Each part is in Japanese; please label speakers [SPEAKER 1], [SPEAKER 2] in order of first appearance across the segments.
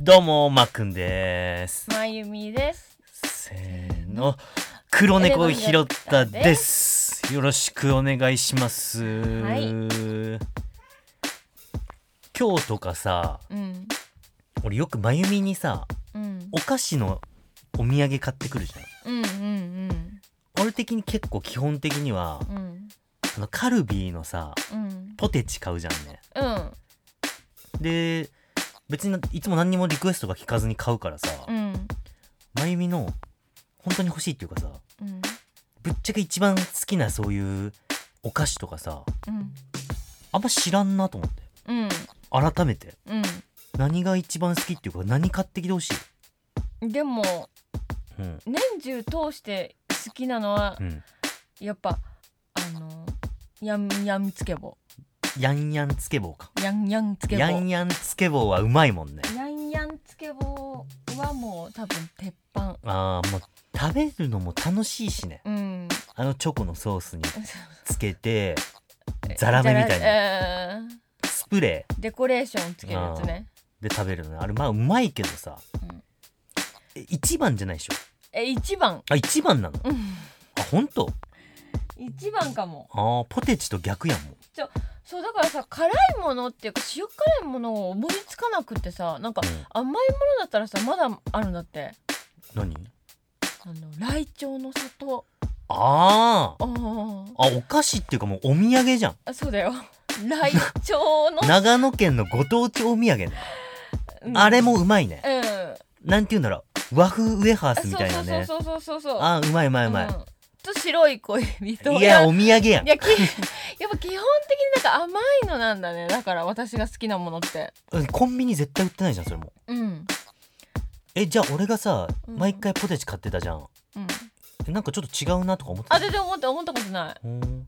[SPEAKER 1] どうも、まっくんです。
[SPEAKER 2] まゆみです。
[SPEAKER 1] せーの、黒猫ひろたです。よろしくお願いします。
[SPEAKER 2] い
[SPEAKER 1] 今日とかさ、
[SPEAKER 2] うん。
[SPEAKER 1] 俺よくまゆみにさ、
[SPEAKER 2] うん。
[SPEAKER 1] お菓子のお土産買ってくるじゃ
[SPEAKER 2] うんうん
[SPEAKER 1] ん。俺的に結構基本的には、
[SPEAKER 2] うん。うん。
[SPEAKER 1] あのカルビーのさ、
[SPEAKER 2] うん。
[SPEAKER 1] ポテチ買うじゃんね。
[SPEAKER 2] うん。
[SPEAKER 1] で、別にいつも何にもリクエストが聞かずに買うからさ、
[SPEAKER 2] うん。
[SPEAKER 1] まゆみの本当に欲しいっていうかさ、
[SPEAKER 2] うん。
[SPEAKER 1] ぶっちゃけ一番好きなそういうお菓子とかさ
[SPEAKER 2] うん。
[SPEAKER 1] あんま知らんなと思って
[SPEAKER 2] うん。
[SPEAKER 1] 改めて
[SPEAKER 2] う
[SPEAKER 1] 何が一番好きっていうか何買ってきてほしい
[SPEAKER 2] ん。でも、
[SPEAKER 1] うん
[SPEAKER 2] 年中通して好きなのは
[SPEAKER 1] う、ん
[SPEAKER 2] やっぱ、あの、やんやんつけ棒。
[SPEAKER 1] ヤンヤンつけ棒か
[SPEAKER 2] やんやんつけ棒。
[SPEAKER 1] ヤンヤンつけ棒はうまいもんね
[SPEAKER 2] やんやんつけ棒はもう多分鉄板。
[SPEAKER 1] あーもう食べるのも楽しいしね
[SPEAKER 2] うん。
[SPEAKER 1] あのチョコのソースにつけてザラメみたいな
[SPEAKER 2] な。うん
[SPEAKER 1] スプレ
[SPEAKER 2] デコレーションつけるやつね。
[SPEAKER 1] ーで食べるのねあれまあうまいけどさ
[SPEAKER 2] うん
[SPEAKER 1] え一番じゃないでしょ
[SPEAKER 2] え、一番。
[SPEAKER 1] あ一番なの
[SPEAKER 2] うん。
[SPEAKER 1] あ本当
[SPEAKER 2] 一番かも。
[SPEAKER 1] あーポテチと逆やんも
[SPEAKER 2] そうだからさ辛いものっていうか塩辛いものを思いつかなくってさなんか
[SPEAKER 1] う、うん、
[SPEAKER 2] 甘いものだったらさまだあるんだって
[SPEAKER 1] 何
[SPEAKER 2] あのライチョウの砂糖
[SPEAKER 1] あー
[SPEAKER 2] あー
[SPEAKER 1] あお菓子っていうかもうお土産じゃん
[SPEAKER 2] あそうだよ ライチョウの、
[SPEAKER 1] 長野県のご当地お土産ね
[SPEAKER 2] うん
[SPEAKER 1] あれもうまいね
[SPEAKER 2] うんあ
[SPEAKER 1] なんていうんだろう和風ウエハースみ
[SPEAKER 2] そ
[SPEAKER 1] た
[SPEAKER 2] う
[SPEAKER 1] い
[SPEAKER 2] そ
[SPEAKER 1] な
[SPEAKER 2] うそ
[SPEAKER 1] ね
[SPEAKER 2] うそうそうそうそう
[SPEAKER 1] あーうまいうまいう
[SPEAKER 2] うん
[SPEAKER 1] まい、
[SPEAKER 2] と白い恋人
[SPEAKER 1] いや
[SPEAKER 2] い
[SPEAKER 1] お土産やん
[SPEAKER 2] やき やっぱ基本的になんか甘いのなんだねだから私が好きなものって
[SPEAKER 1] うんコンビニ絶対売ってないじゃんそれも
[SPEAKER 2] うん
[SPEAKER 1] えじゃあ俺がさ
[SPEAKER 2] うん
[SPEAKER 1] 毎回ポテチ買ってたじゃん、
[SPEAKER 2] うん
[SPEAKER 1] えなんかちょっと違うなとか思ってた
[SPEAKER 2] あ全然思った思ったことな
[SPEAKER 1] うーん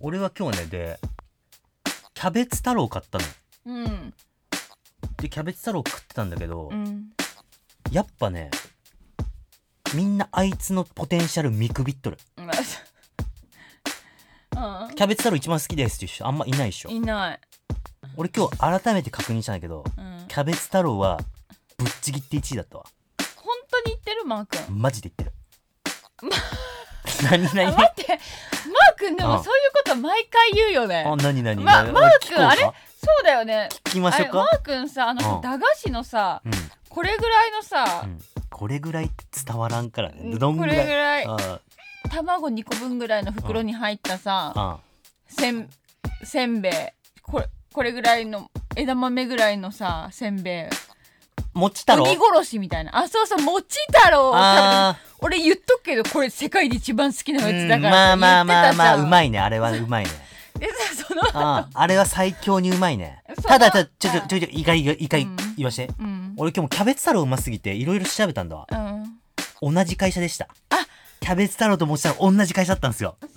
[SPEAKER 1] 俺は今日ねでキャベツ太郎買ったの
[SPEAKER 2] いうん
[SPEAKER 1] でキャベツ太郎食ってたんだけど、
[SPEAKER 2] うん
[SPEAKER 1] やっぱねみんなあいつのポテンシャル見くびっとる
[SPEAKER 2] うんうん
[SPEAKER 1] キャベツ太郎一番好きですっていう人あんまいないでしょ
[SPEAKER 2] いない。
[SPEAKER 1] 俺今日改めて確認したんだけど
[SPEAKER 2] うん、本
[SPEAKER 1] キャベツ太郎はぶっちぎって1位だったわ
[SPEAKER 2] 当に言ってるマ ー君。
[SPEAKER 1] マジで言 ってる何
[SPEAKER 2] あ
[SPEAKER 1] 何
[SPEAKER 2] 待って、マー君で
[SPEAKER 1] う
[SPEAKER 2] も
[SPEAKER 1] ん
[SPEAKER 2] そういうこと毎回言うよね。
[SPEAKER 1] あ何何
[SPEAKER 2] ま
[SPEAKER 1] 何
[SPEAKER 2] マー
[SPEAKER 1] 聞
[SPEAKER 2] 君
[SPEAKER 1] こうか
[SPEAKER 2] あれそうだよね。
[SPEAKER 1] 聞きま
[SPEAKER 2] あ
[SPEAKER 1] しょ
[SPEAKER 2] れ
[SPEAKER 1] う
[SPEAKER 2] マ
[SPEAKER 1] か
[SPEAKER 2] ー君さあの、
[SPEAKER 1] うん
[SPEAKER 2] 駄菓子のさ
[SPEAKER 1] う
[SPEAKER 2] これぐらいのさ
[SPEAKER 1] ん、うん、これぐらいって伝わらんからねどん
[SPEAKER 2] こ
[SPEAKER 1] ぐ
[SPEAKER 2] れぐ
[SPEAKER 1] らい
[SPEAKER 2] らい
[SPEAKER 1] あ
[SPEAKER 2] 卵2個分ぐらいの袋に入ったさ、
[SPEAKER 1] あ
[SPEAKER 2] せんせんべいこれこれぐらいの枝豆ぐらいのさせんべい
[SPEAKER 1] 餅太郎
[SPEAKER 2] 鬼殺しみたいなあそうそう餅太郎を食べて
[SPEAKER 1] あ
[SPEAKER 2] 俺言っとくけどこれ世界で一番好きな
[SPEAKER 1] ー
[SPEAKER 2] やつ
[SPEAKER 1] う
[SPEAKER 2] だ
[SPEAKER 1] ん
[SPEAKER 2] から
[SPEAKER 1] まあ
[SPEAKER 2] って
[SPEAKER 1] まあまあまあう
[SPEAKER 2] 言ってたじゃん
[SPEAKER 1] まいねあれはうまいね
[SPEAKER 2] でさその
[SPEAKER 1] あああれは最強にうまいね
[SPEAKER 2] そう
[SPEAKER 1] ただただちょ
[SPEAKER 2] うん
[SPEAKER 1] ちょちょちょいいかいいかいいかい
[SPEAKER 2] うん
[SPEAKER 1] 言わして
[SPEAKER 2] うん
[SPEAKER 1] 俺今日もキャベツ太郎うますぎていろいろ調べたんだわ
[SPEAKER 2] うん
[SPEAKER 1] 同じ会社でした
[SPEAKER 2] あ
[SPEAKER 1] キャベツ太郎ともちろん同じ会社だったんですよ
[SPEAKER 2] そ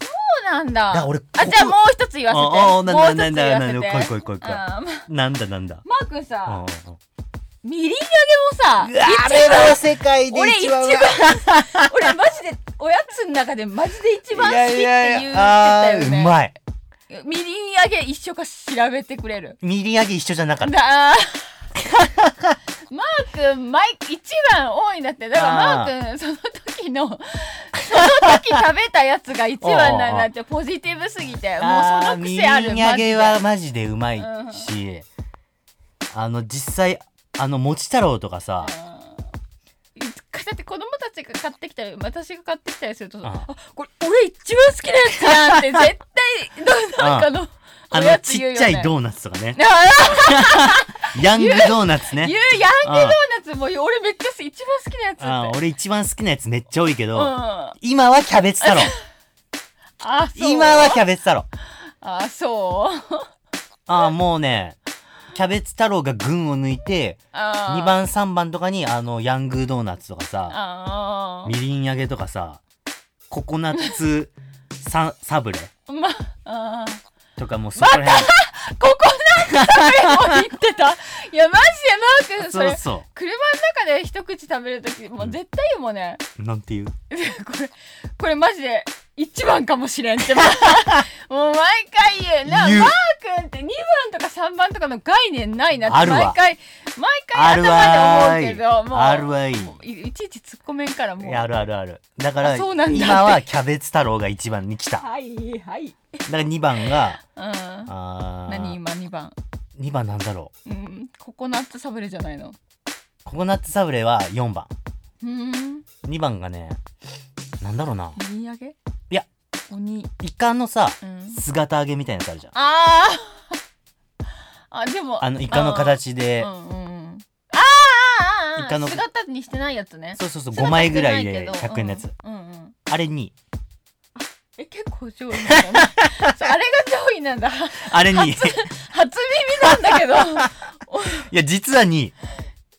[SPEAKER 2] うなんだ
[SPEAKER 1] だから俺
[SPEAKER 2] あ
[SPEAKER 1] ここ
[SPEAKER 2] じゃあもう一つ言わせて
[SPEAKER 1] あ
[SPEAKER 2] も
[SPEAKER 1] あ
[SPEAKER 2] う
[SPEAKER 1] な
[SPEAKER 2] 一つ
[SPEAKER 1] なな
[SPEAKER 2] 言わせて
[SPEAKER 1] なな来い来い来い来い
[SPEAKER 2] あーま
[SPEAKER 1] なんだなんだ
[SPEAKER 2] マー君
[SPEAKER 1] うんうんう
[SPEAKER 2] さ
[SPEAKER 1] ん
[SPEAKER 2] みりん揚げもさ
[SPEAKER 1] うわあれは世界で
[SPEAKER 2] 俺
[SPEAKER 1] 一
[SPEAKER 2] 一
[SPEAKER 1] 番
[SPEAKER 2] 番
[SPEAKER 1] うまい
[SPEAKER 2] 俺マジでおやつの中でマジで一番好きって言うって
[SPEAKER 1] あ
[SPEAKER 2] たよ
[SPEAKER 1] ーう
[SPEAKER 2] ね
[SPEAKER 1] まい
[SPEAKER 2] みりん揚げ一緒か調べてくれる
[SPEAKER 1] みりん揚げ一緒じゃなかった
[SPEAKER 2] だ マー君毎一番多いんだってだからマ
[SPEAKER 1] あー
[SPEAKER 2] ー君その時の その時食べたやつが一番なんだってポジティブすぎてもうその癖ある
[SPEAKER 1] みりん揚げ
[SPEAKER 2] マ
[SPEAKER 1] は
[SPEAKER 2] ジ
[SPEAKER 1] マジでうまいしあの実際あの餅太郎とかさ
[SPEAKER 2] でうんだって子供たちが買ってきたり私が買ってきたりすると
[SPEAKER 1] ん
[SPEAKER 2] あこれ俺一番好きなやつだ って絶対どなんかの
[SPEAKER 1] あ
[SPEAKER 2] お
[SPEAKER 1] の
[SPEAKER 2] や
[SPEAKER 1] ち
[SPEAKER 2] つ言う
[SPEAKER 1] っ
[SPEAKER 2] よ
[SPEAKER 1] ちゃ
[SPEAKER 2] ね
[SPEAKER 1] いドーナツとかね
[SPEAKER 2] あ
[SPEAKER 1] ヤングドーナツね
[SPEAKER 2] 言うヤングドーナツも俺めっちゃ好き一番好きなやつだ
[SPEAKER 1] あ
[SPEAKER 2] って
[SPEAKER 1] 俺一番好きなやつめっちゃ多いけ
[SPEAKER 2] うん
[SPEAKER 1] ど今はキャベツ 太郎
[SPEAKER 2] あそう
[SPEAKER 1] 今はキャベツ太郎
[SPEAKER 2] あそう
[SPEAKER 1] ああもうねキャベツ太郎が群を抜いて
[SPEAKER 2] あー
[SPEAKER 1] 2番3番とかにあのヤングドーナツとかさ
[SPEAKER 2] あ
[SPEAKER 1] みりん揚げとかさココナッツササブレ
[SPEAKER 2] あまあー
[SPEAKER 1] とかもうそこら辺
[SPEAKER 2] ここなんか言ってた いやマジでマー君そ
[SPEAKER 1] そう
[SPEAKER 2] れ
[SPEAKER 1] そ
[SPEAKER 2] 車の中で一口食べるときもう絶対言うもんね、
[SPEAKER 1] うなんていう
[SPEAKER 2] これこれマジで一番かもしれんって もう毎回言うな
[SPEAKER 1] 言う
[SPEAKER 2] マー君って2番とか3番とかの概念ないなっ
[SPEAKER 1] あ
[SPEAKER 2] て
[SPEAKER 1] るわ
[SPEAKER 2] 毎回毎
[SPEAKER 1] あ
[SPEAKER 2] 回
[SPEAKER 1] るわ
[SPEAKER 2] 頭で思う
[SPEAKER 1] ー
[SPEAKER 2] け
[SPEAKER 1] い
[SPEAKER 2] どもう
[SPEAKER 1] あるわい
[SPEAKER 2] いいちいち突っ込めんからもう
[SPEAKER 1] あるあるあるだから
[SPEAKER 2] あそうなんだって
[SPEAKER 1] 今はキャベツ太郎が1番に来ただか
[SPEAKER 2] はいはい
[SPEAKER 1] ら2番が
[SPEAKER 2] うん
[SPEAKER 1] あー
[SPEAKER 2] 何今2番
[SPEAKER 1] 2番なんだろう
[SPEAKER 2] うんココナッツサブレじゃないの
[SPEAKER 1] ココナッツサブレは4番
[SPEAKER 2] うーん
[SPEAKER 1] 2番がねなんだろうな
[SPEAKER 2] お土産い
[SPEAKER 1] いや
[SPEAKER 2] 鬼
[SPEAKER 1] イカのさ
[SPEAKER 2] うん
[SPEAKER 1] 姿揚げみたいなやつあるじゃん
[SPEAKER 2] あああでも
[SPEAKER 1] あのイカの形
[SPEAKER 2] う
[SPEAKER 1] で
[SPEAKER 2] んうんうんああああああ
[SPEAKER 1] イカの
[SPEAKER 2] 姿にしてないやつね
[SPEAKER 1] そうそうそう5枚ぐらいで
[SPEAKER 2] 姿
[SPEAKER 1] 100円のやつ
[SPEAKER 2] うんうんうん
[SPEAKER 1] あれに
[SPEAKER 2] え結構上位なんだねそうあれが上位なんだ
[SPEAKER 1] あれにい
[SPEAKER 2] 初耳なんだ けど
[SPEAKER 1] や実は2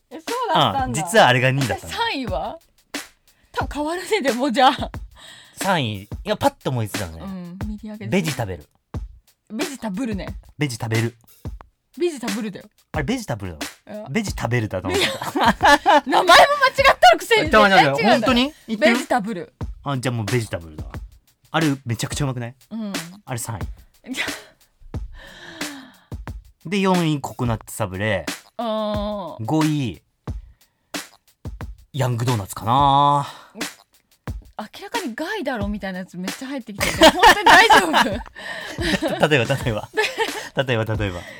[SPEAKER 2] えそうだった
[SPEAKER 1] うんん
[SPEAKER 2] だ
[SPEAKER 1] 実はあれが2位だったの
[SPEAKER 2] 3位は多分変わらねえでもうじゃあ、
[SPEAKER 1] 3位いやパッと思いついたの
[SPEAKER 2] う
[SPEAKER 1] ね
[SPEAKER 2] ん、見上げて
[SPEAKER 1] ベジ食べる
[SPEAKER 2] ベジタブルね
[SPEAKER 1] ベジ食べる
[SPEAKER 2] ベジタブルだよ、
[SPEAKER 1] あれベジタブルだ
[SPEAKER 2] うん
[SPEAKER 1] のベジ食べるだと思ってた
[SPEAKER 2] 名前も間違ったらくせに絶対違うんだよ
[SPEAKER 1] 本当に言って
[SPEAKER 2] ベ
[SPEAKER 1] る
[SPEAKER 2] ジタブル
[SPEAKER 1] あじゃあもうベジタブルだわあれめちゃくちゃうまくない
[SPEAKER 2] うん
[SPEAKER 1] あれ3位で4位ココナッツサブレ
[SPEAKER 2] あー
[SPEAKER 1] 5位ヤングドーナツか な
[SPEAKER 2] 明らかに害だろみたいなやつめっちゃ入ってきてる本当に大丈夫
[SPEAKER 1] 例えば例え ば例えば例えば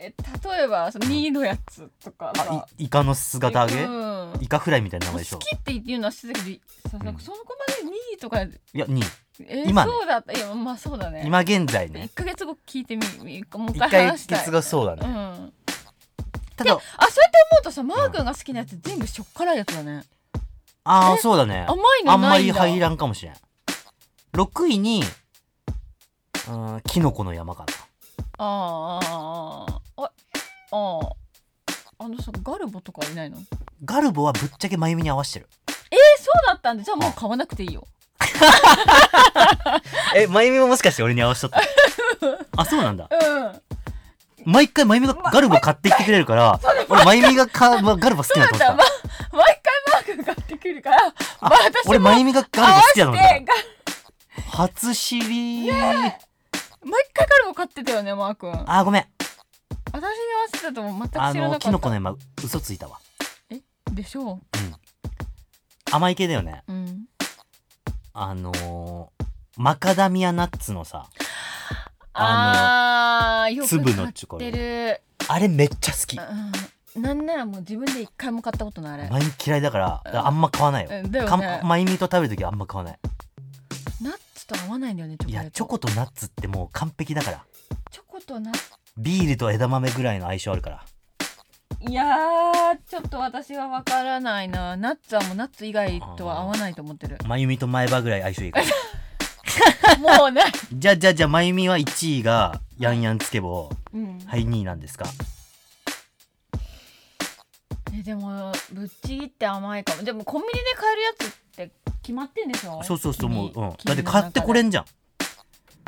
[SPEAKER 2] え例えばその2位のやつとか
[SPEAKER 1] あ
[SPEAKER 2] さ
[SPEAKER 1] いイカの姿揚
[SPEAKER 2] う
[SPEAKER 1] げ
[SPEAKER 2] ん、好
[SPEAKER 1] イカフライみたいな名前でしょ
[SPEAKER 2] きって言うのはしてたけどさ、
[SPEAKER 1] うん
[SPEAKER 2] そこまで2位とかえ
[SPEAKER 1] いや2位
[SPEAKER 2] ー
[SPEAKER 1] 今ね
[SPEAKER 2] そうだったいやまあそうだね
[SPEAKER 1] 今現在ね
[SPEAKER 2] 1ヶ月後聞いてみみもう一
[SPEAKER 1] 一
[SPEAKER 2] 回
[SPEAKER 1] 回
[SPEAKER 2] 話し
[SPEAKER 1] 月
[SPEAKER 2] たい
[SPEAKER 1] がそうだ
[SPEAKER 2] う
[SPEAKER 1] ね
[SPEAKER 2] ん、あ
[SPEAKER 1] ただ
[SPEAKER 2] そうやって思うとさマー君が好きなやつ全部しょっ辛いやつだね
[SPEAKER 1] ああそうだね
[SPEAKER 2] 甘い
[SPEAKER 1] あ
[SPEAKER 2] の
[SPEAKER 1] んま
[SPEAKER 2] ないん
[SPEAKER 1] り
[SPEAKER 2] だ
[SPEAKER 1] 入らんかもしれん6位にうんキノコの山かな
[SPEAKER 2] あーあーあーあーあのさガルボとかいないのえ
[SPEAKER 1] ガルボはぶっちゃけ真由美に合わせてる
[SPEAKER 2] そうだったんでじゃあもう買わなくていいよ
[SPEAKER 1] え真由美ももしかして俺に合わせとったあそうなんだ
[SPEAKER 2] うん
[SPEAKER 1] 毎回真由美がガルボ買ってきてくれる から俺真由美がかまガルボ好きな
[SPEAKER 2] そ
[SPEAKER 1] ん
[SPEAKER 2] う
[SPEAKER 1] だと思
[SPEAKER 2] だ
[SPEAKER 1] った
[SPEAKER 2] ま毎回マー君買ってくるからまあ私も
[SPEAKER 1] 俺真由美がガルボ好きだと思っ
[SPEAKER 2] 合わせて
[SPEAKER 1] た
[SPEAKER 2] ガ
[SPEAKER 1] 初知り
[SPEAKER 2] 毎回ガルボ買ってたよねマー君私に
[SPEAKER 1] あーごめん
[SPEAKER 2] 合わせたとも全く知ら
[SPEAKER 1] あ
[SPEAKER 2] なか
[SPEAKER 1] の
[SPEAKER 2] った
[SPEAKER 1] キノコの山嘘ついたわ
[SPEAKER 2] でしょ
[SPEAKER 1] 甘い系だよね
[SPEAKER 2] ううん
[SPEAKER 1] あのーマカダミアナッツのさ
[SPEAKER 2] あーよく
[SPEAKER 1] 粒の
[SPEAKER 2] 買
[SPEAKER 1] チョコ
[SPEAKER 2] っ
[SPEAKER 1] レ
[SPEAKER 2] て
[SPEAKER 1] ート
[SPEAKER 2] る
[SPEAKER 1] あれめっちゃ好き
[SPEAKER 2] うんなんならもう自分で一回も買ったことないあれ
[SPEAKER 1] マイミ嫌いだからだからあんま買わないよ
[SPEAKER 2] うんだよ
[SPEAKER 1] か
[SPEAKER 2] ね
[SPEAKER 1] マイミと食べる時はあんま買わない
[SPEAKER 2] ナッツと合わないんだよねチョ
[SPEAKER 1] い
[SPEAKER 2] コレー
[SPEAKER 1] や
[SPEAKER 2] ト
[SPEAKER 1] チョコとナッツってもう完璧だから
[SPEAKER 2] チョコとナッツ
[SPEAKER 1] ビールと枝豆ぐらいの相性あるから
[SPEAKER 2] いやーちょっと私は分からないなナッツはもうナッツ以外とは合わないと思ってる
[SPEAKER 1] マユミと前歯ぐらい相性いい から
[SPEAKER 2] もうね、
[SPEAKER 1] じゃあじゃあじゃあマユミは1位がヤンヤンつけ棒
[SPEAKER 2] うん
[SPEAKER 1] はい2位なんですか
[SPEAKER 2] えでもぶっちぎって甘いかもでもコンビニで買えるやつって決まってんでしょ
[SPEAKER 1] そうそうそうもう、
[SPEAKER 2] 君
[SPEAKER 1] うん、
[SPEAKER 2] 君
[SPEAKER 1] だって
[SPEAKER 2] の
[SPEAKER 1] 買ってこれ
[SPEAKER 2] 中で
[SPEAKER 1] んじゃん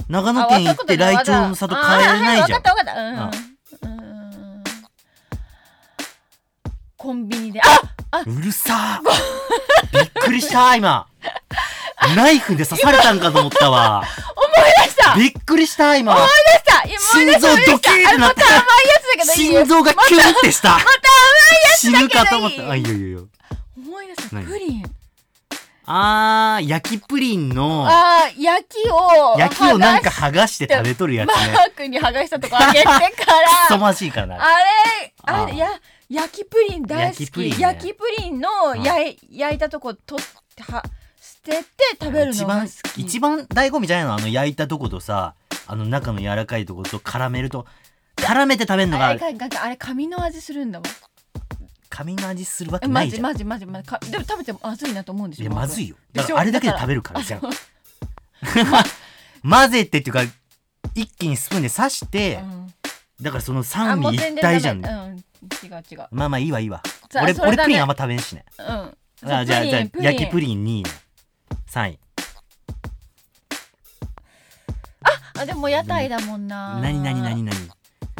[SPEAKER 1] 長野
[SPEAKER 2] あ
[SPEAKER 1] 県行
[SPEAKER 2] わ
[SPEAKER 1] っ
[SPEAKER 2] か
[SPEAKER 1] て
[SPEAKER 2] た
[SPEAKER 1] ライ
[SPEAKER 2] わ
[SPEAKER 1] チ
[SPEAKER 2] か
[SPEAKER 1] ョウ
[SPEAKER 2] った
[SPEAKER 1] の里買えないじゃん
[SPEAKER 2] あはい分かった分かったうんうんコンビニであ
[SPEAKER 1] うるさーびっくりした今ナイフで刺されたんかと思ったわ
[SPEAKER 2] 思い出した思い
[SPEAKER 1] びっくりした今
[SPEAKER 2] 出した今思い出した
[SPEAKER 1] 心臓ドキーンってなった
[SPEAKER 2] あまた甘いやつだけどいい
[SPEAKER 1] 心臓がキュンってしたまた死
[SPEAKER 2] だけどいい
[SPEAKER 1] ぬかと思ったあいいよいいよいいよ
[SPEAKER 2] 思い出した
[SPEAKER 1] 何
[SPEAKER 2] プリン
[SPEAKER 1] あー焼きプリンの
[SPEAKER 2] あー焼きを
[SPEAKER 1] 焼きをなんか
[SPEAKER 2] 剥
[SPEAKER 1] 剥がして食べとるやつ
[SPEAKER 2] がして
[SPEAKER 1] ね
[SPEAKER 2] マー君に剥がしたとこあげてから
[SPEAKER 1] くそまじいからな
[SPEAKER 2] あれ、あ
[SPEAKER 1] ああ
[SPEAKER 2] れ、や、焼きプリン大好
[SPEAKER 1] 焼きプリン
[SPEAKER 2] き。
[SPEAKER 1] ね
[SPEAKER 2] 焼きプリンの
[SPEAKER 1] ん
[SPEAKER 2] 焼い、焼いたとこ取って、は、捨てて食べる
[SPEAKER 1] 一
[SPEAKER 2] のが
[SPEAKER 1] 番
[SPEAKER 2] 好き。
[SPEAKER 1] 一番醍醐味じゃないのあの焼いたとことさあの中の柔らかいとこと絡めると絡めて食べるのが
[SPEAKER 2] あれ、なんか、あれ、紙の味するんだもん。
[SPEAKER 1] 紙の味するわ
[SPEAKER 2] え
[SPEAKER 1] けな
[SPEAKER 2] マ
[SPEAKER 1] いじ
[SPEAKER 2] ジ、
[SPEAKER 1] ゃん
[SPEAKER 2] マジ、マジ、マジ、か、でも、食べてもまずいなと思うんでしょ
[SPEAKER 1] いやまずい
[SPEAKER 2] よ。
[SPEAKER 1] よだか
[SPEAKER 2] でしょ
[SPEAKER 1] らあれだけで
[SPEAKER 2] だから
[SPEAKER 1] 食べるからじゃん
[SPEAKER 2] あ
[SPEAKER 1] 混ぜてっていうか一気にスプーンで刺して
[SPEAKER 2] うん
[SPEAKER 1] だからその
[SPEAKER 2] あ、
[SPEAKER 1] 三
[SPEAKER 2] も
[SPEAKER 1] 味
[SPEAKER 2] う
[SPEAKER 1] 一
[SPEAKER 2] 全然ダメ
[SPEAKER 1] 体じゃん
[SPEAKER 2] うん、違う、違う。
[SPEAKER 1] まあまあいいわいいわ
[SPEAKER 2] さ
[SPEAKER 1] 俺
[SPEAKER 2] それ
[SPEAKER 1] 俺
[SPEAKER 2] だね
[SPEAKER 1] プリンあんま食べんしね
[SPEAKER 2] うん。
[SPEAKER 1] あじゃあじゃあ焼きプ
[SPEAKER 2] リン。
[SPEAKER 1] リン2位ね3位
[SPEAKER 2] あ、でも屋台だもんな。
[SPEAKER 1] 何何何。何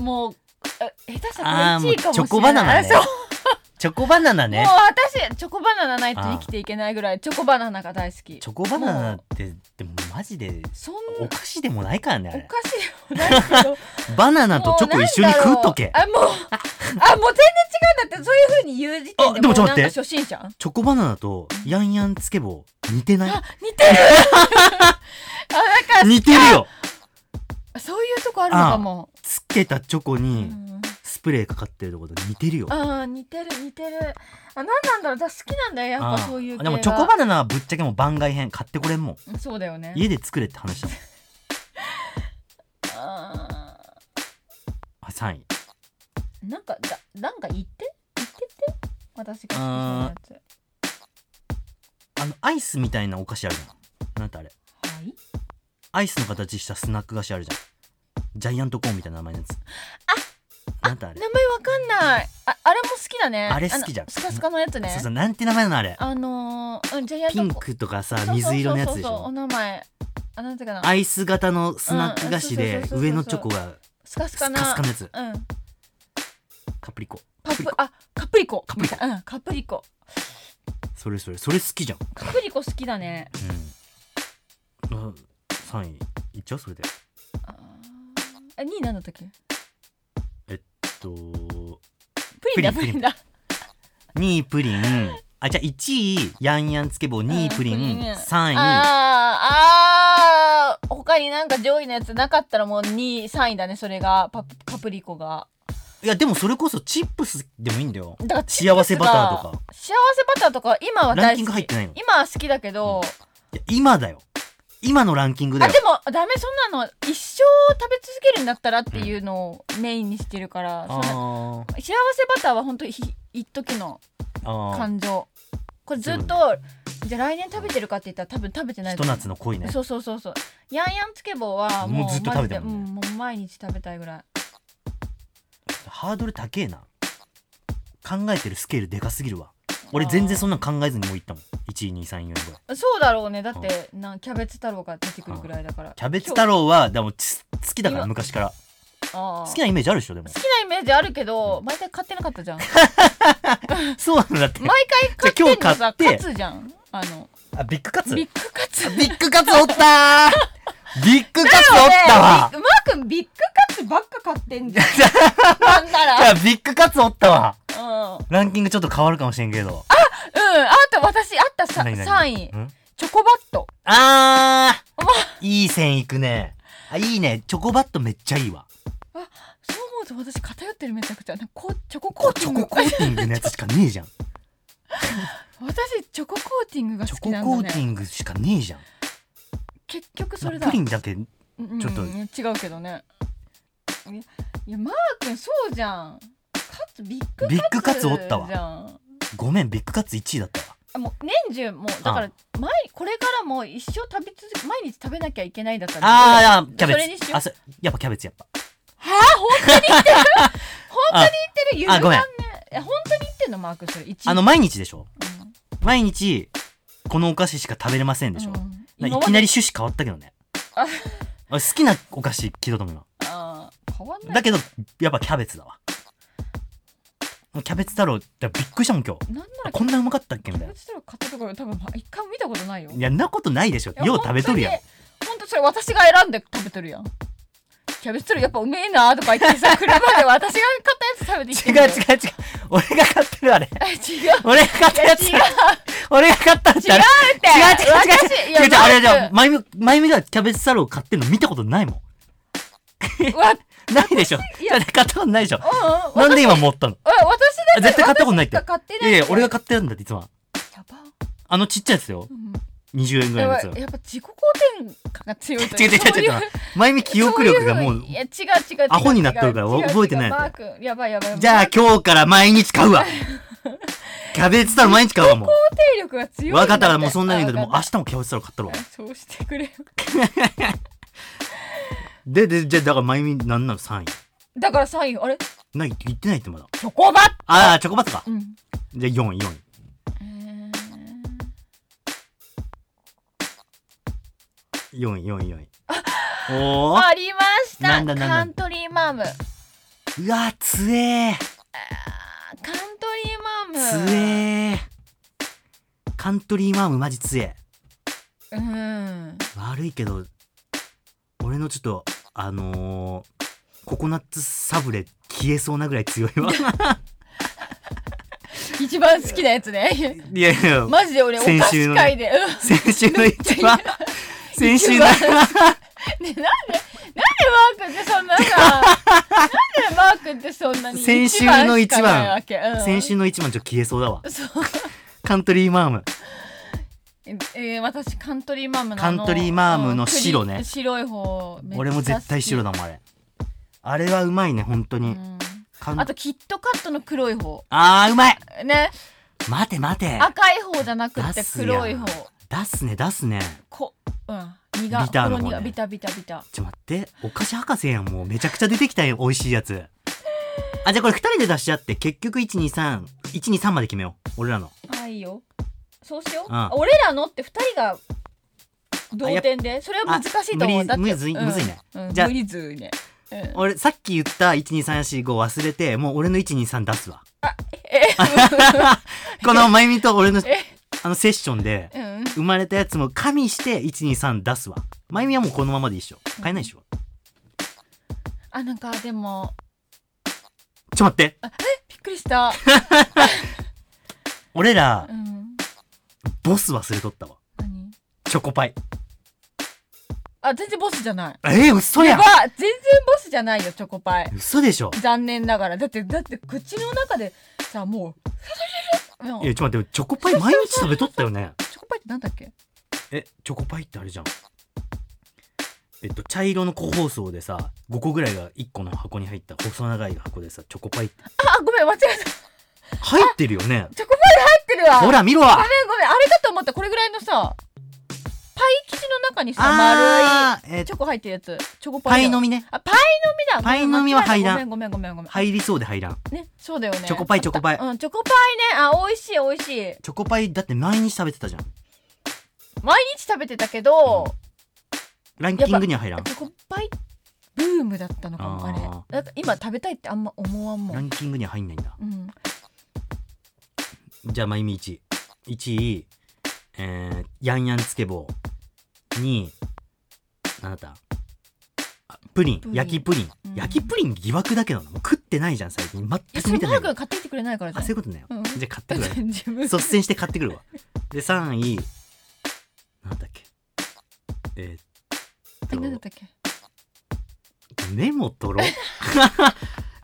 [SPEAKER 2] もう、あ下手した
[SPEAKER 1] あー
[SPEAKER 2] らこれ1位かも
[SPEAKER 1] もう
[SPEAKER 2] しれない
[SPEAKER 1] チョコバナナね
[SPEAKER 2] そう
[SPEAKER 1] チョコバナナね
[SPEAKER 2] もう私チョコバナナないと生きていけないぐらいチョコバナナが大好き
[SPEAKER 1] チョコバナナってでもマジで
[SPEAKER 2] そん
[SPEAKER 1] お
[SPEAKER 2] な
[SPEAKER 1] 菓子でもないからねあ
[SPEAKER 2] お
[SPEAKER 1] れ
[SPEAKER 2] かしいよない けど
[SPEAKER 1] バナナとチョコ一緒に食うとけ
[SPEAKER 2] もうなんだろうあもうあもう全然違うんだってそういう風に言う時点で
[SPEAKER 1] あでもちょっと
[SPEAKER 2] うな
[SPEAKER 1] 待
[SPEAKER 2] ん
[SPEAKER 1] って
[SPEAKER 2] か初心者
[SPEAKER 1] チョコバナナとヤンヤンつけ棒似てない
[SPEAKER 2] 似てるあなんか
[SPEAKER 1] 似てるよ
[SPEAKER 2] そういうとこあるのかも
[SPEAKER 1] つけたチョコ
[SPEAKER 2] う
[SPEAKER 1] に
[SPEAKER 2] ん
[SPEAKER 1] スプレーかかってるとこと似てるよ
[SPEAKER 2] あー似てる似てるあ何なんだろう私好きなんだよやっぱそういう
[SPEAKER 1] あ
[SPEAKER 2] 系
[SPEAKER 1] ー
[SPEAKER 2] が
[SPEAKER 1] でもチョコバナナはぶっちゃけもう番外編買ってこれんもん
[SPEAKER 2] そうだよね
[SPEAKER 1] 家で作れって話だもん
[SPEAKER 2] あ
[SPEAKER 1] あ3位
[SPEAKER 2] ーなんかだなんか言って言ってって私が好きなや
[SPEAKER 1] あのアイスみたいなお菓子あるじゃんなんてあれ
[SPEAKER 2] つはい
[SPEAKER 1] アイスの形したスナック菓子あるじゃんジャイアントコーンみたいな名前のやつあなんてあれ
[SPEAKER 2] 名前わかんないああれも好きだね
[SPEAKER 1] あれ好きじゃん
[SPEAKER 2] あのスカスカのやつね
[SPEAKER 1] そうそうなんて名前なのあれ
[SPEAKER 2] あのー、うんジャイアント
[SPEAKER 1] ピンクとかさ水色のやつでし
[SPEAKER 2] そうそうそうそうお
[SPEAKER 1] ょ
[SPEAKER 2] 名前あなんていうかな
[SPEAKER 1] アイス型のスナック菓子
[SPEAKER 2] うん
[SPEAKER 1] で
[SPEAKER 2] そうそうそうそう
[SPEAKER 1] 上のチョコが
[SPEAKER 2] スカス
[SPEAKER 1] ス
[SPEAKER 2] カ
[SPEAKER 1] カ
[SPEAKER 2] な
[SPEAKER 1] スカのやつ
[SPEAKER 2] うん
[SPEAKER 1] カプリコ
[SPEAKER 2] パ
[SPEAKER 1] カプ
[SPEAKER 2] プ
[SPEAKER 1] リコ
[SPEAKER 2] あカプリコ
[SPEAKER 1] カプリコ
[SPEAKER 2] うんカプリコ
[SPEAKER 1] それそれそれ好きじゃん
[SPEAKER 2] カプリコ好きだね
[SPEAKER 1] うん3位いっちゃうそれで
[SPEAKER 2] あーえ2位なんだったっけ
[SPEAKER 1] と
[SPEAKER 2] プリンだ
[SPEAKER 1] プ
[SPEAKER 2] プ
[SPEAKER 1] リン
[SPEAKER 2] リンだ
[SPEAKER 1] 2位プリンあじゃあ1位ヤンヤンつけ棒2位プリ
[SPEAKER 2] うんプ
[SPEAKER 1] ン
[SPEAKER 2] リン
[SPEAKER 1] 3位
[SPEAKER 2] あーあー他になんか上位のやつなかったらもう2位3位だねそれがパプカプリコが
[SPEAKER 1] いやでもそれこそチップスでもいいんだよ
[SPEAKER 2] だからチップ
[SPEAKER 1] 幸せ
[SPEAKER 2] スが
[SPEAKER 1] バターとか
[SPEAKER 2] 幸せバターとかは今は
[SPEAKER 1] ラン
[SPEAKER 2] 大
[SPEAKER 1] キン
[SPEAKER 2] 好
[SPEAKER 1] グ入っ
[SPEAKER 2] き
[SPEAKER 1] てないのい
[SPEAKER 2] 今は好きだけど、
[SPEAKER 1] や今だよ今のランキングだ
[SPEAKER 2] あ
[SPEAKER 1] よ
[SPEAKER 2] でもダメそんなの一生食べ続けるんだったらっていうのをメインにしてるから、そ
[SPEAKER 1] あ
[SPEAKER 2] んな
[SPEAKER 1] ー
[SPEAKER 2] 幸せバターは本当にひ一時の
[SPEAKER 1] あ
[SPEAKER 2] 感情これずっとじゃあ来年食べてるかって言ったら多分食べて
[SPEAKER 1] ー
[SPEAKER 2] ない
[SPEAKER 1] ひと夏の恋ね
[SPEAKER 2] そうそうそうそうヤンヤンつけ棒はもう
[SPEAKER 1] もうずっと食べてるもんね
[SPEAKER 2] マジでうんもう毎日食べたいぐらい
[SPEAKER 1] ハードル高えな考えてるスケールでかすぎるわ俺全然そんなん考えずにもういったもん12344ぐらい
[SPEAKER 2] そうだろうねだってなキャベツ太郎が出てくるぐらいだから
[SPEAKER 1] キャベツ太郎はでもつ好きだから昔から
[SPEAKER 2] 好
[SPEAKER 1] 好きなイメージあるでしょでも
[SPEAKER 2] 好きなイメージあるけど毎回買ってなかっ たじゃん
[SPEAKER 1] そうなんだって
[SPEAKER 2] 毎回買ってんの
[SPEAKER 1] じゃあ今日買
[SPEAKER 2] さ
[SPEAKER 1] って
[SPEAKER 2] カツじゃんあの
[SPEAKER 1] あビッグカツ
[SPEAKER 2] ビッ
[SPEAKER 1] ビ
[SPEAKER 2] グカツ
[SPEAKER 1] ッグカツおったービッグカツおったわ
[SPEAKER 2] ねえビッグマー君ビッグカツばっか買ってんじゃ んなんなら
[SPEAKER 1] じゃあビッグカツおったわ
[SPEAKER 2] うん、うん、あ
[SPEAKER 1] ランキングちょっと変わるかもしれんけど
[SPEAKER 2] と私あったさ
[SPEAKER 1] 何何
[SPEAKER 2] 3位
[SPEAKER 1] ん
[SPEAKER 2] チョコバット
[SPEAKER 1] あーいい線いくねあいいねチョコバットめっちゃいいわ
[SPEAKER 2] そう思うと私偏ってるめちゃくちゃなんかこうチョココーテ
[SPEAKER 1] チ
[SPEAKER 2] ィ
[SPEAKER 1] ョ
[SPEAKER 2] ン
[SPEAKER 1] コ
[SPEAKER 2] グ
[SPEAKER 1] コーティングのやつしかねえ じゃん
[SPEAKER 2] 私チョココーティングが
[SPEAKER 1] チ
[SPEAKER 2] 好
[SPEAKER 1] ョ
[SPEAKER 2] き
[SPEAKER 1] コ
[SPEAKER 2] なん
[SPEAKER 1] コー
[SPEAKER 2] だ
[SPEAKER 1] テ
[SPEAKER 2] ね
[SPEAKER 1] ィングしかねえじゃん
[SPEAKER 2] 結局それだ
[SPEAKER 1] プリンだけい
[SPEAKER 2] うんうん
[SPEAKER 1] ちょっと
[SPEAKER 2] 違うけどねいやいやマー君そうじゃんカツビッグカツ
[SPEAKER 1] ビッグカツおったわ
[SPEAKER 2] じゃん
[SPEAKER 1] ごめんビッグカツ1位だったわ
[SPEAKER 2] あもう年中もうだから毎これからも一生食べ続け毎日食べなきゃいけないだったら
[SPEAKER 1] あーキャ
[SPEAKER 2] それ
[SPEAKER 1] ベ
[SPEAKER 2] にし
[SPEAKER 1] ツ
[SPEAKER 2] よう
[SPEAKER 1] あそやっぱキャベツやっぱ
[SPEAKER 2] はあ本当に言ってる本当に言ってる
[SPEAKER 1] あ
[SPEAKER 2] 譲
[SPEAKER 1] あご
[SPEAKER 2] らん
[SPEAKER 1] めん
[SPEAKER 2] ねいや本当に言ってんのマー君それ一
[SPEAKER 1] あの毎日でしょ
[SPEAKER 2] うん
[SPEAKER 1] 毎日このお菓子しか食べれませんでしょ、
[SPEAKER 2] うん
[SPEAKER 1] な
[SPEAKER 2] 今
[SPEAKER 1] い
[SPEAKER 2] ま
[SPEAKER 1] き
[SPEAKER 2] で
[SPEAKER 1] なり趣旨変わったけどね
[SPEAKER 2] あ
[SPEAKER 1] 俺好きなお菓子聞いたと思うよ
[SPEAKER 2] あー変わんない
[SPEAKER 1] だけどやっぱキャベツだわキャベツ太郎ってびっくりしたもん今日
[SPEAKER 2] なんなら
[SPEAKER 1] こんなうまかったっけみ
[SPEAKER 2] キ
[SPEAKER 1] た
[SPEAKER 2] ャ
[SPEAKER 1] いな
[SPEAKER 2] ベツ太郎買ったところ多分ま一回も見たことないよ
[SPEAKER 1] いやんなことないでしょ
[SPEAKER 2] いや
[SPEAKER 1] よう食べとるやん
[SPEAKER 2] 本当に本当それ私が選んで食べてるやんキャベツ太郎やっぱうめえなとか言ってさ 車で私が買ったやつ食べてい
[SPEAKER 1] 違う違う違う俺が買ってるあれ
[SPEAKER 2] 違う違う
[SPEAKER 1] 俺が買ったやつ
[SPEAKER 2] いや違う
[SPEAKER 1] 俺が買ったん
[SPEAKER 2] 違
[SPEAKER 1] あれ
[SPEAKER 2] うって
[SPEAKER 1] 違う違う違う違う違う違うあれじゃ
[SPEAKER 2] あ
[SPEAKER 1] 前み前みがキャベツ太郎買ってんの見たことないもんないでしょ
[SPEAKER 2] いや
[SPEAKER 1] だって買ったことないでしょ
[SPEAKER 2] うん
[SPEAKER 1] な
[SPEAKER 2] うん
[SPEAKER 1] んで今持ったの
[SPEAKER 2] わ私だって
[SPEAKER 1] 絶対買ったことないって
[SPEAKER 2] 私しか買って
[SPEAKER 1] い
[SPEAKER 2] な
[SPEAKER 1] や
[SPEAKER 2] い
[SPEAKER 1] いや俺が
[SPEAKER 2] 買
[SPEAKER 1] 買ってるんだっていつも
[SPEAKER 2] やば、
[SPEAKER 1] あのちっちゃいやつよ
[SPEAKER 2] うん
[SPEAKER 1] 20円ぐらいの
[SPEAKER 2] やば
[SPEAKER 1] や
[SPEAKER 2] い
[SPEAKER 1] つよ
[SPEAKER 2] やっぱ自己肯定感が強いと
[SPEAKER 1] 違う違う違う違う
[SPEAKER 2] そういう
[SPEAKER 1] 前見記憶力がも
[SPEAKER 2] そういふにいや違う違う違う
[SPEAKER 1] アホになってるから
[SPEAKER 2] 違う違う
[SPEAKER 1] 覚えてない
[SPEAKER 2] マー君やばいやばい
[SPEAKER 1] じゃ
[SPEAKER 2] マ
[SPEAKER 1] あ
[SPEAKER 2] ー君
[SPEAKER 1] 今日から毎日買うわキャベツ太郎毎日買うわもう
[SPEAKER 2] 定力が強いんだ
[SPEAKER 1] 分かったからもうそんなに言うんだけどもう
[SPEAKER 2] あ
[SPEAKER 1] 明日もキャベツ太郎買ったろ
[SPEAKER 2] わかったそうしてくれよ
[SPEAKER 1] ででじゃあだから前見なんなの3位
[SPEAKER 2] だから3位あれ
[SPEAKER 1] ない言ってないってまだ
[SPEAKER 2] チョコバッ
[SPEAKER 1] ああチョコバットか
[SPEAKER 2] うん
[SPEAKER 1] じゃあ4位4位
[SPEAKER 2] えー
[SPEAKER 1] 4位4位4位おお
[SPEAKER 2] ありました
[SPEAKER 1] なんだなんだ
[SPEAKER 2] カントリーマーム
[SPEAKER 1] うわつえー
[SPEAKER 2] カントリーマーム
[SPEAKER 1] つえーカントリーマームマジつえ
[SPEAKER 2] うん
[SPEAKER 1] 悪いけど俺のちょっとあのーココナッツサブレ消えそうなぐらい 強いわ
[SPEAKER 2] 一番好きなやつ ね
[SPEAKER 1] いやいや、
[SPEAKER 2] マジで俺お
[SPEAKER 1] 先
[SPEAKER 2] 菓
[SPEAKER 1] 週の
[SPEAKER 2] 子会で、うん
[SPEAKER 1] 先週の一番 先週の
[SPEAKER 2] 一番ねなんでなんでマー君ってそんなさなんでマー君ってそんなに
[SPEAKER 1] 先週の一番
[SPEAKER 2] しかないわけうん
[SPEAKER 1] 先週の一番ちょっと消えそうだわ
[SPEAKER 2] そう
[SPEAKER 1] カントリーマーム
[SPEAKER 2] ええー私カントリーマームの
[SPEAKER 1] カ
[SPEAKER 2] あの
[SPEAKER 1] ントリーマームの
[SPEAKER 2] うん栗
[SPEAKER 1] 白ね
[SPEAKER 2] 白い方めっちゃ好き
[SPEAKER 1] 俺も絶対白だもんあれあれはうまいね本当
[SPEAKER 2] う
[SPEAKER 1] に、
[SPEAKER 2] ん
[SPEAKER 1] かん
[SPEAKER 2] あとキットカットの黒い方
[SPEAKER 1] あーうまい
[SPEAKER 2] ね
[SPEAKER 1] 待て待て
[SPEAKER 2] 赤い方じゃなくて
[SPEAKER 1] 出すやん
[SPEAKER 2] 黒い方
[SPEAKER 1] 出すね出すね
[SPEAKER 2] こうん身が
[SPEAKER 1] ビターの方ね
[SPEAKER 2] ほろ苦ビタビタビタ
[SPEAKER 1] ちょっと待ってお菓子博士やんもうめちゃくちゃ出てきたよ美味しいやつあじゃあこれ2人で出し合って結局123123まで決めよう俺らの
[SPEAKER 2] あいいよそうしよう、
[SPEAKER 1] うん
[SPEAKER 2] 俺らのって二人が同点でそれは難しいと思
[SPEAKER 1] あ
[SPEAKER 2] うだって
[SPEAKER 1] むずいむずいね
[SPEAKER 2] うんうん
[SPEAKER 1] じゃあ
[SPEAKER 2] 無理ずいね、うん、え
[SPEAKER 1] 俺さっき言った1234 5忘れてもう俺の123出すわ このまゆみと俺の
[SPEAKER 2] え
[SPEAKER 1] あのセッションで
[SPEAKER 2] うん
[SPEAKER 1] 生まれたやつも加味して123出すわまゆみはもうこのままでいいっしょ変えないでしょ
[SPEAKER 2] あなんかでも
[SPEAKER 1] ちょ待って
[SPEAKER 2] びっくりした、
[SPEAKER 1] 俺ら
[SPEAKER 2] うん、
[SPEAKER 1] ボス忘れとったわ
[SPEAKER 2] 何
[SPEAKER 1] チョコパイ
[SPEAKER 2] あ全然ボスじゃない
[SPEAKER 1] えー、嘘や
[SPEAKER 2] や
[SPEAKER 1] ん
[SPEAKER 2] ば全然ボスじゃないよチョコパイ
[SPEAKER 1] 嘘でしょ
[SPEAKER 2] 残念ながらだってだって口の中でさもうもう
[SPEAKER 1] いやちょっと待ってチョコパイ毎日食べとったよね
[SPEAKER 2] チョコパイってなんだっけ
[SPEAKER 1] えチョコパイってあれじゃんえっと茶色の個包装でさ5個ぐらいが1個の箱に入った細長い箱でさチョコパイって
[SPEAKER 2] あごめん間違えた
[SPEAKER 1] 入ってるよね
[SPEAKER 2] チョコパイ入ってるわ
[SPEAKER 1] ほら見ろ
[SPEAKER 2] ごめんごめんあれかと思ったこれぐらいのさパイ生地の中にさ丸
[SPEAKER 1] あーえっ
[SPEAKER 2] いチ
[SPEAKER 1] と
[SPEAKER 2] ョコ入ってるやつチョコパ
[SPEAKER 1] パ
[SPEAKER 2] イ
[SPEAKER 1] イの
[SPEAKER 2] み
[SPEAKER 1] みね
[SPEAKER 2] あパイのみだ
[SPEAKER 1] パイのみは
[SPEAKER 2] ごめ
[SPEAKER 1] 入
[SPEAKER 2] ん
[SPEAKER 1] らん
[SPEAKER 2] ごめんごめんごめんごめん
[SPEAKER 1] 入りそうで入らん
[SPEAKER 2] ねそうだよね
[SPEAKER 1] チョコパイチョコパイ
[SPEAKER 2] うんチョコパイねあ美味しい美味しい
[SPEAKER 1] チョコパイだって毎日食べてたじゃん
[SPEAKER 2] 毎日食べてたけど
[SPEAKER 1] ランキングには入らん
[SPEAKER 2] チョコパイブームだったのかもあれ
[SPEAKER 1] あー
[SPEAKER 2] なんか今食べたいってあんま思わんも
[SPEAKER 1] ラ
[SPEAKER 2] ん
[SPEAKER 1] ンキングには入んないんだ
[SPEAKER 2] うん
[SPEAKER 1] じゃあまゆみ1位1位えー、ヤンヤンつけ棒2位何だったあプリン
[SPEAKER 2] プリン
[SPEAKER 1] 焼きプリン、
[SPEAKER 2] うん
[SPEAKER 1] 焼きプリン疑惑だけどなもう食ってないじゃん最近
[SPEAKER 2] いや
[SPEAKER 1] 全
[SPEAKER 2] そ
[SPEAKER 1] く
[SPEAKER 2] れ
[SPEAKER 1] 見て
[SPEAKER 2] マ
[SPEAKER 1] ない
[SPEAKER 2] ー
[SPEAKER 1] けど
[SPEAKER 2] 君買ってきてくれないから
[SPEAKER 1] あそう
[SPEAKER 2] ね
[SPEAKER 1] いうことね、
[SPEAKER 2] うん
[SPEAKER 1] じゃあ買ってくるわ
[SPEAKER 2] 自 分
[SPEAKER 1] 率先して買ってくるわで3位なんだっけえ
[SPEAKER 2] あなんだ
[SPEAKER 1] ー、
[SPEAKER 2] っ
[SPEAKER 1] った
[SPEAKER 2] っけ
[SPEAKER 1] とメモ取ろ う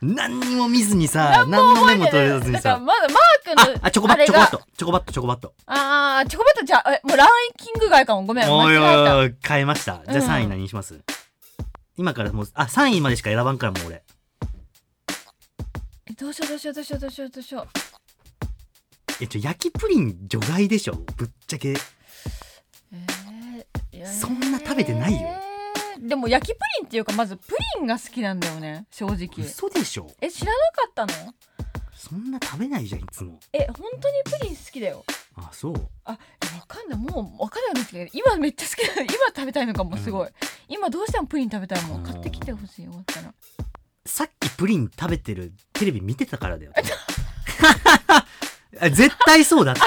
[SPEAKER 1] 何にも見ずにさ
[SPEAKER 2] 何
[SPEAKER 1] 何のメモ
[SPEAKER 2] 覚
[SPEAKER 1] 取
[SPEAKER 2] え
[SPEAKER 1] れ
[SPEAKER 2] て
[SPEAKER 1] ず
[SPEAKER 2] る
[SPEAKER 1] に
[SPEAKER 2] だから
[SPEAKER 1] さ
[SPEAKER 2] まだマー
[SPEAKER 1] あ
[SPEAKER 2] 君の
[SPEAKER 1] あチョコバッ
[SPEAKER 2] れ
[SPEAKER 1] トチョコ
[SPEAKER 2] が
[SPEAKER 1] バットチョコバットチョコバット
[SPEAKER 2] ああ、チョコバットじゃ、え、もうランキング外かも。ごめん、
[SPEAKER 1] お
[SPEAKER 2] 間
[SPEAKER 1] い
[SPEAKER 2] 違えた。
[SPEAKER 1] おいおい変えましたじゃあ
[SPEAKER 2] うん
[SPEAKER 1] 3位何にします、今からもうあ3位までしか選ばんからもう俺
[SPEAKER 2] えどうしようどうしようどうしようどうしようどうしよう。
[SPEAKER 1] えちょ焼きプリン除外でしょぶっちゃけ
[SPEAKER 2] えーいや
[SPEAKER 1] そんな食べてないよ。
[SPEAKER 2] えーでも焼きプリンっていうか、まずプリンが好きなんだよね、正直。
[SPEAKER 1] 嘘でしょ
[SPEAKER 2] え、知らなかったの
[SPEAKER 1] そんな食べないじゃんいつも
[SPEAKER 2] え、本当にプリン好きだよ。
[SPEAKER 1] あそう
[SPEAKER 2] あ、えわかんない。もうわかんないんですけど、今めっちゃ好きだ。今食べたいのかも、すごい。今どうしてもプリン食べたいも。
[SPEAKER 1] うんん
[SPEAKER 2] 買ってきてほしい、終わったら。
[SPEAKER 1] さっきプリン食べてるテレビ見てたからだよ あ絶対そうだって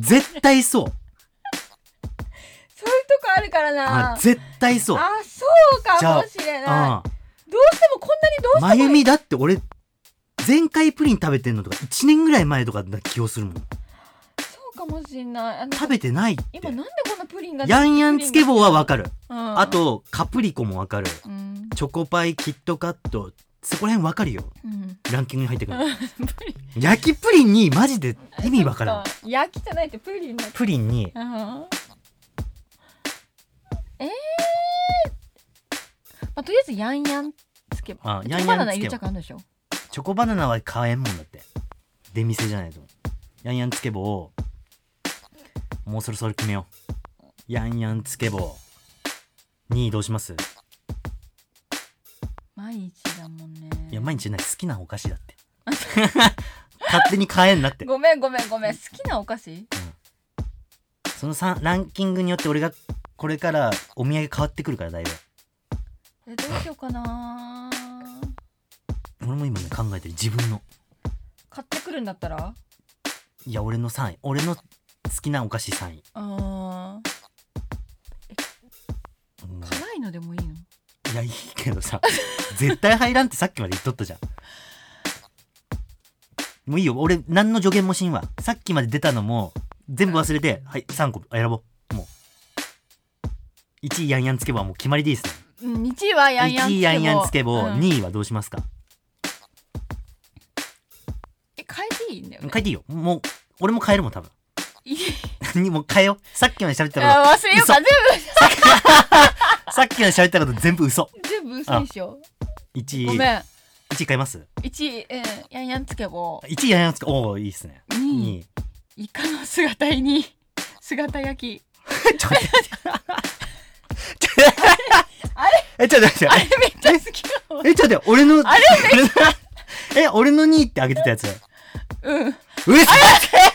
[SPEAKER 1] 絶対そう
[SPEAKER 2] そういうとこあるからな。
[SPEAKER 1] あ絶対そう
[SPEAKER 2] あ、そう
[SPEAKER 1] じゃ
[SPEAKER 2] か
[SPEAKER 1] あ
[SPEAKER 2] もしれな
[SPEAKER 1] う
[SPEAKER 2] い。どうしてもこんなにどうし
[SPEAKER 1] ん
[SPEAKER 2] ても。
[SPEAKER 1] まゆみだって俺前回プリン食べてんのとか1年ぐらい前とかな気をするもん
[SPEAKER 2] そうかもしんない。あの
[SPEAKER 1] 食べてないって
[SPEAKER 2] 今なんでこんなプリンが
[SPEAKER 1] ヤンヤンつけ棒はわかる。
[SPEAKER 2] うん
[SPEAKER 1] あ、と、カプリコもわかる。
[SPEAKER 2] うん
[SPEAKER 1] チョコパイ、キットカット、そこら辺わかるよ。
[SPEAKER 2] うん、
[SPEAKER 1] ランキングに入ってくる。
[SPEAKER 2] プリン
[SPEAKER 1] 焼きプリンにマジで意味わからん
[SPEAKER 2] そ。っ焼きじゃないってプリンだ
[SPEAKER 1] プリンに、
[SPEAKER 2] うんえーまあ、とりあえずヤンヤンつけば
[SPEAKER 1] あヤンヤンつけば
[SPEAKER 2] バナナ入れちゃうかんでしょ
[SPEAKER 1] チョコバナナは買えんもんだって。出店じゃないと。ヤンヤンつけ棒を、もうそろそろ決めよう。ヤンヤンつけ棒。2位どうします
[SPEAKER 2] 毎日だもんね
[SPEAKER 1] いや、毎日じゃない。好きなお菓子だって。 勝手に買えんなって。
[SPEAKER 2] ごめんごめんごめん好きなお菓子
[SPEAKER 1] そのさんランキングによって俺がこれからお土産変わってくるからだいぶ。
[SPEAKER 2] えどうしようかな
[SPEAKER 1] 俺も今ね考えてる自分の
[SPEAKER 2] 買ってくるんだったら
[SPEAKER 1] いや俺の3位俺の好きなお菓子3位、
[SPEAKER 2] あー
[SPEAKER 1] うん
[SPEAKER 2] 辛いのでもいいの
[SPEAKER 1] いやいいけどさ 絶対入らんってさっきまで言っとったじゃんもういいよ俺何の助言もしんわさっきまで出たのも全部忘れてはい3個選ぼうもう1位ヤンヤンつけ棒はもう決まりでいいですね
[SPEAKER 2] うん1位はヤンヤン
[SPEAKER 1] 1位ヤンヤンつけ棒、
[SPEAKER 2] うん
[SPEAKER 1] 2位はどうしますか
[SPEAKER 2] え変えていいんだよね
[SPEAKER 1] 変えていいよもう俺も変えるもん多分
[SPEAKER 2] いい
[SPEAKER 1] にもう変えようさっきまで喋ったこ
[SPEAKER 2] あ忘れようか全
[SPEAKER 1] とさっきまで喋ったこと全部嘘
[SPEAKER 2] 部全部嘘でしょ
[SPEAKER 1] 1位
[SPEAKER 2] ごめん
[SPEAKER 1] 1位変えます
[SPEAKER 2] 1位、えー、ヤンヤンつけ棒
[SPEAKER 1] 1位ヤンヤンつけ棒おおいいっすね
[SPEAKER 2] 2位
[SPEAKER 1] 2位
[SPEAKER 2] イカの姿煮に姿焼き
[SPEAKER 1] ちょっと待って。あれえ、ちょっと待って
[SPEAKER 2] あ。れめっちゃ好きかも
[SPEAKER 1] え、ちょっと待って、俺の、
[SPEAKER 2] あれ
[SPEAKER 1] 俺のえ、俺の2位ってあげてたやつ。うる
[SPEAKER 2] うん
[SPEAKER 1] せえ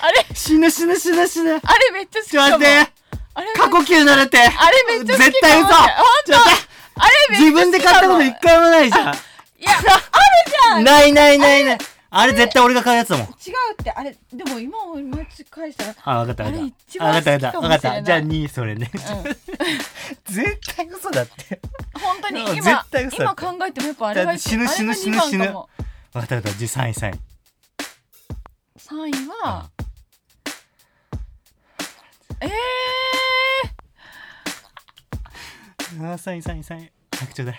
[SPEAKER 2] あれ
[SPEAKER 1] 死ぬ死ぬ死ぬ死ぬ。
[SPEAKER 2] あれめっちゃ好き
[SPEAKER 1] ちょっ
[SPEAKER 2] か
[SPEAKER 1] と
[SPEAKER 2] も
[SPEAKER 1] 待って。
[SPEAKER 2] あれめっち
[SPEAKER 1] 過呼吸なれて。
[SPEAKER 2] あれめっちゃ好きかも
[SPEAKER 1] 絶対嘘。
[SPEAKER 2] ほんと
[SPEAKER 1] ちょっと待って
[SPEAKER 2] あれめ
[SPEAKER 1] 自
[SPEAKER 2] っち
[SPEAKER 1] 分
[SPEAKER 2] ゃ好
[SPEAKER 1] で
[SPEAKER 2] きか
[SPEAKER 1] 買った
[SPEAKER 2] も
[SPEAKER 1] こと一回もないじゃん。
[SPEAKER 2] いやあるじ ゃん違う
[SPEAKER 1] ないないないない。あれ絶対俺が買うやつだもん。
[SPEAKER 2] ってあれでも今思い返したら
[SPEAKER 1] あ、わかったわか
[SPEAKER 2] あれ
[SPEAKER 1] っ
[SPEAKER 2] 一
[SPEAKER 1] た。あ、わ
[SPEAKER 2] 番
[SPEAKER 1] か
[SPEAKER 2] 好
[SPEAKER 1] った
[SPEAKER 2] きか
[SPEAKER 1] わ
[SPEAKER 2] もしれ
[SPEAKER 1] か
[SPEAKER 2] な
[SPEAKER 1] った。わか
[SPEAKER 2] い
[SPEAKER 1] った。じゃあ2位それね。
[SPEAKER 2] う
[SPEAKER 1] 絶対嘘だって。
[SPEAKER 2] ん本当に
[SPEAKER 1] うん
[SPEAKER 2] 今
[SPEAKER 1] 絶対嘘だ
[SPEAKER 2] 今
[SPEAKER 1] って
[SPEAKER 2] 考えてもやっぱあれが一
[SPEAKER 1] だって死ぬ
[SPEAKER 2] あれが
[SPEAKER 1] 死ぬ
[SPEAKER 2] 二番
[SPEAKER 1] 死ぬ
[SPEAKER 2] かも
[SPEAKER 1] わかったわかった。じゃあ3位3位。
[SPEAKER 2] 三位はえー
[SPEAKER 1] ああ、サインサインサイン。早くちょうだい。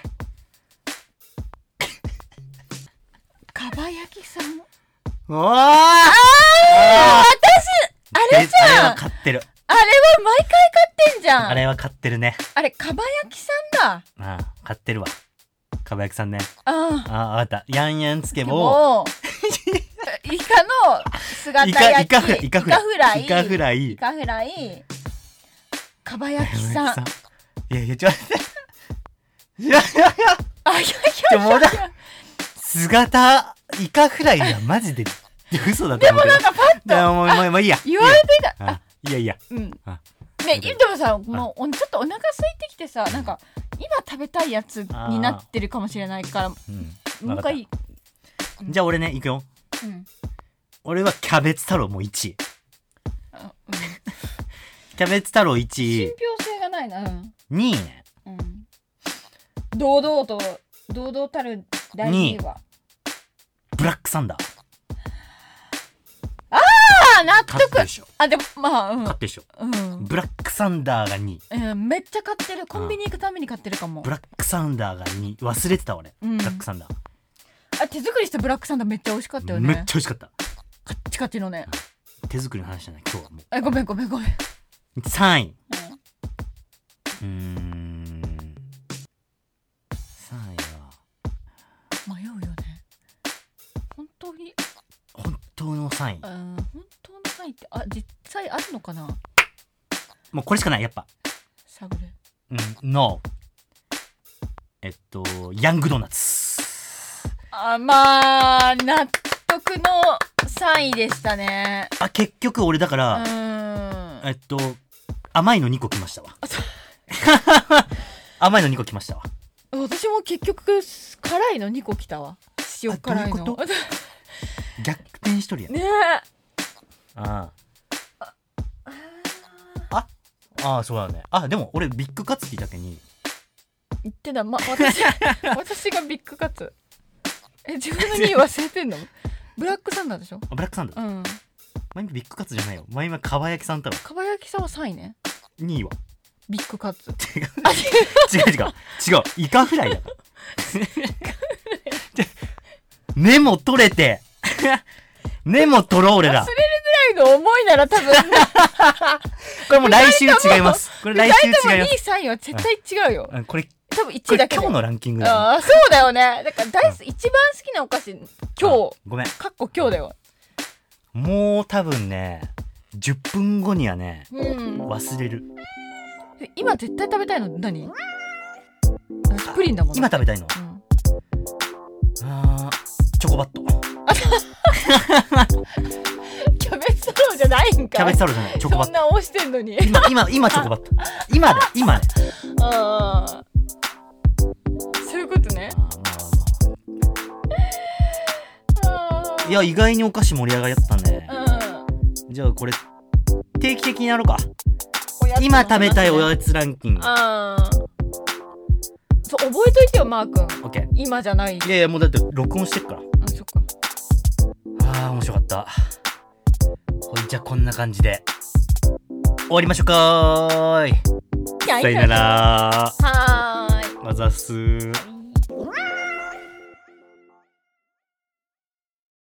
[SPEAKER 2] かば焼きさん
[SPEAKER 1] おーああ
[SPEAKER 2] 私あれじ
[SPEAKER 1] あれ
[SPEAKER 2] ゃ
[SPEAKER 1] は
[SPEAKER 2] ん
[SPEAKER 1] 買ってる。
[SPEAKER 2] あれは毎回買ってんじゃん
[SPEAKER 1] あれは買ってるね。
[SPEAKER 2] あれかば焼きさんだ
[SPEAKER 1] ああ、買ってるわ。かばやきさんね。
[SPEAKER 2] ああ
[SPEAKER 1] ああ、わかった。ヤンヤンつけ
[SPEAKER 2] で
[SPEAKER 1] 棒。
[SPEAKER 2] もイカの姿
[SPEAKER 1] イカ、
[SPEAKER 2] 焼
[SPEAKER 1] イ
[SPEAKER 2] き
[SPEAKER 1] カフライ、イカフライ。
[SPEAKER 2] イカフラ
[SPEAKER 1] ラ
[SPEAKER 2] イイカフライかば焼き
[SPEAKER 1] かばや
[SPEAKER 2] さ
[SPEAKER 1] き
[SPEAKER 2] ん
[SPEAKER 1] さん。いやいや、ちょっと待って。いやいやいや、
[SPEAKER 2] あいやい
[SPEAKER 1] ちょ、
[SPEAKER 2] やい
[SPEAKER 1] も
[SPEAKER 2] や
[SPEAKER 1] うだ。姿、イカフライはマジで、嘘だと思うけど。
[SPEAKER 2] なんかパッ
[SPEAKER 1] いや、もう、もう、もういいや。
[SPEAKER 2] 言われてた
[SPEAKER 1] いいや。あいやいや。
[SPEAKER 2] うん
[SPEAKER 1] あ
[SPEAKER 2] ね、でもさもうおちょっとお腹空いてきてさなんか今食べたいやつになってるかもしれないからも
[SPEAKER 1] うん。わ
[SPEAKER 2] う
[SPEAKER 1] か
[SPEAKER 2] 一
[SPEAKER 1] った
[SPEAKER 2] 回、
[SPEAKER 1] じゃあ俺ね、行くよ。
[SPEAKER 2] うん
[SPEAKER 1] 俺はキャベツ太郎もう1位。
[SPEAKER 2] あうん、
[SPEAKER 1] キャベツ太郎
[SPEAKER 2] 信
[SPEAKER 1] 1位、
[SPEAKER 2] 憑性がないな、うん
[SPEAKER 1] 2位ね。
[SPEAKER 2] うん、堂々と堂々たる第2位は
[SPEAKER 1] ブラックサンダー。
[SPEAKER 2] あ
[SPEAKER 1] 買
[SPEAKER 2] 納
[SPEAKER 1] ってる
[SPEAKER 2] 得
[SPEAKER 1] でしょ。
[SPEAKER 2] あでもまあうん
[SPEAKER 1] 買ってるでしょ。
[SPEAKER 2] うん
[SPEAKER 1] ブラックサンダーが2位。
[SPEAKER 2] うん、めっちゃ買ってるコンビニ行くために買ってるかも
[SPEAKER 1] ブラックサンダーが2位。忘れてた俺。
[SPEAKER 2] うん
[SPEAKER 1] ブラックサンダー。
[SPEAKER 2] あ手作りしたブラックサンダーめっちゃ美味しかったよ
[SPEAKER 1] めっち
[SPEAKER 2] ね
[SPEAKER 1] ゃ美味しかった。
[SPEAKER 2] カッチカチのね
[SPEAKER 1] 手作りの話じゃない、今日はも
[SPEAKER 2] えごめんごめんごめん、
[SPEAKER 1] う。3位。
[SPEAKER 2] う
[SPEAKER 1] うー
[SPEAKER 2] ん
[SPEAKER 1] ん。3位は、
[SPEAKER 2] 迷うよね本当に
[SPEAKER 1] 本当の3位
[SPEAKER 2] う。ん本当の範囲ってあ実際あるのかな
[SPEAKER 1] もうこれしかない、やっぱ。
[SPEAKER 2] 探る
[SPEAKER 1] うん、の、えっと、ヤングドーナツ。
[SPEAKER 2] あまあ納得の3位でしたね
[SPEAKER 1] あ、結局俺だか
[SPEAKER 2] う
[SPEAKER 1] ら、
[SPEAKER 2] ん
[SPEAKER 1] えっと、甘いの2個来ましたわ
[SPEAKER 2] あそ。
[SPEAKER 1] 甘いの2個来ましたわ。
[SPEAKER 2] 私も結局辛いの2個来たわ塩辛い
[SPEAKER 1] あ
[SPEAKER 2] の
[SPEAKER 1] どういう逆転しとるやん。
[SPEAKER 2] ねえ
[SPEAKER 1] ああ。あああ、そうだね。あ、でも俺ビッグカツって言ったけに、
[SPEAKER 2] 言ってた、ま、 私私がビッグカツえ自分の2位忘れてんの ブラックサンダーでしょ
[SPEAKER 1] あブラックサンダ
[SPEAKER 2] う
[SPEAKER 1] ー。
[SPEAKER 2] ん
[SPEAKER 1] 前今ビッグカツじゃないよ。前今かば焼きさんだわ。
[SPEAKER 2] かば焼きさんは3位ね
[SPEAKER 1] 2位は。
[SPEAKER 2] ビッグカツ
[SPEAKER 1] 違う違う違う。違う。イカフライだから。メモ取れて。メモ取ろう俺ら。
[SPEAKER 2] 辛いの重いなら多 分
[SPEAKER 1] これもう来週違います。これ来週
[SPEAKER 2] でも
[SPEAKER 1] 違い
[SPEAKER 2] 2
[SPEAKER 1] ま
[SPEAKER 2] 位
[SPEAKER 1] す。
[SPEAKER 2] 3位は絶対違うよ
[SPEAKER 1] うんこれ、
[SPEAKER 2] 多分1
[SPEAKER 1] こ
[SPEAKER 2] 位だ
[SPEAKER 1] れ
[SPEAKER 2] けで
[SPEAKER 1] 今日のランキングだよ。
[SPEAKER 2] ああそうだよねだから大好き一番好きなお菓子今日
[SPEAKER 1] あごめん
[SPEAKER 2] かっこ今日だよ
[SPEAKER 1] もう多分ね10分後にはね
[SPEAKER 2] うん
[SPEAKER 1] 忘れる
[SPEAKER 2] 今絶対食べたいの何私プリンだもん
[SPEAKER 1] 今
[SPEAKER 2] だ
[SPEAKER 1] 食べたいの
[SPEAKER 2] うん
[SPEAKER 1] あーチョコバット
[SPEAKER 2] キャベツ太郎じゃないん
[SPEAKER 1] キャ
[SPEAKER 2] か
[SPEAKER 1] ベ
[SPEAKER 2] い
[SPEAKER 1] ツ太郎じゃないチョコバ
[SPEAKER 2] そん
[SPEAKER 1] ット
[SPEAKER 2] な押してんのに
[SPEAKER 1] 今今今チョコバット今で今ね
[SPEAKER 2] あ
[SPEAKER 1] いや意外にお菓子盛り上がりやったね
[SPEAKER 2] うん
[SPEAKER 1] じゃあこれ定期的にやろうか
[SPEAKER 2] おやつの話ね
[SPEAKER 1] 今食べたいおやつランキング
[SPEAKER 2] ああそう覚えといてよマー君
[SPEAKER 1] OK
[SPEAKER 2] 今じゃない
[SPEAKER 1] いやいやもうだって録音してっから
[SPEAKER 2] あそっか
[SPEAKER 1] あー面白かったほいじゃあこんな感じで終わりましょうかーい
[SPEAKER 2] いや
[SPEAKER 1] さよなら
[SPEAKER 2] はーい
[SPEAKER 1] まざっすー
[SPEAKER 2] はい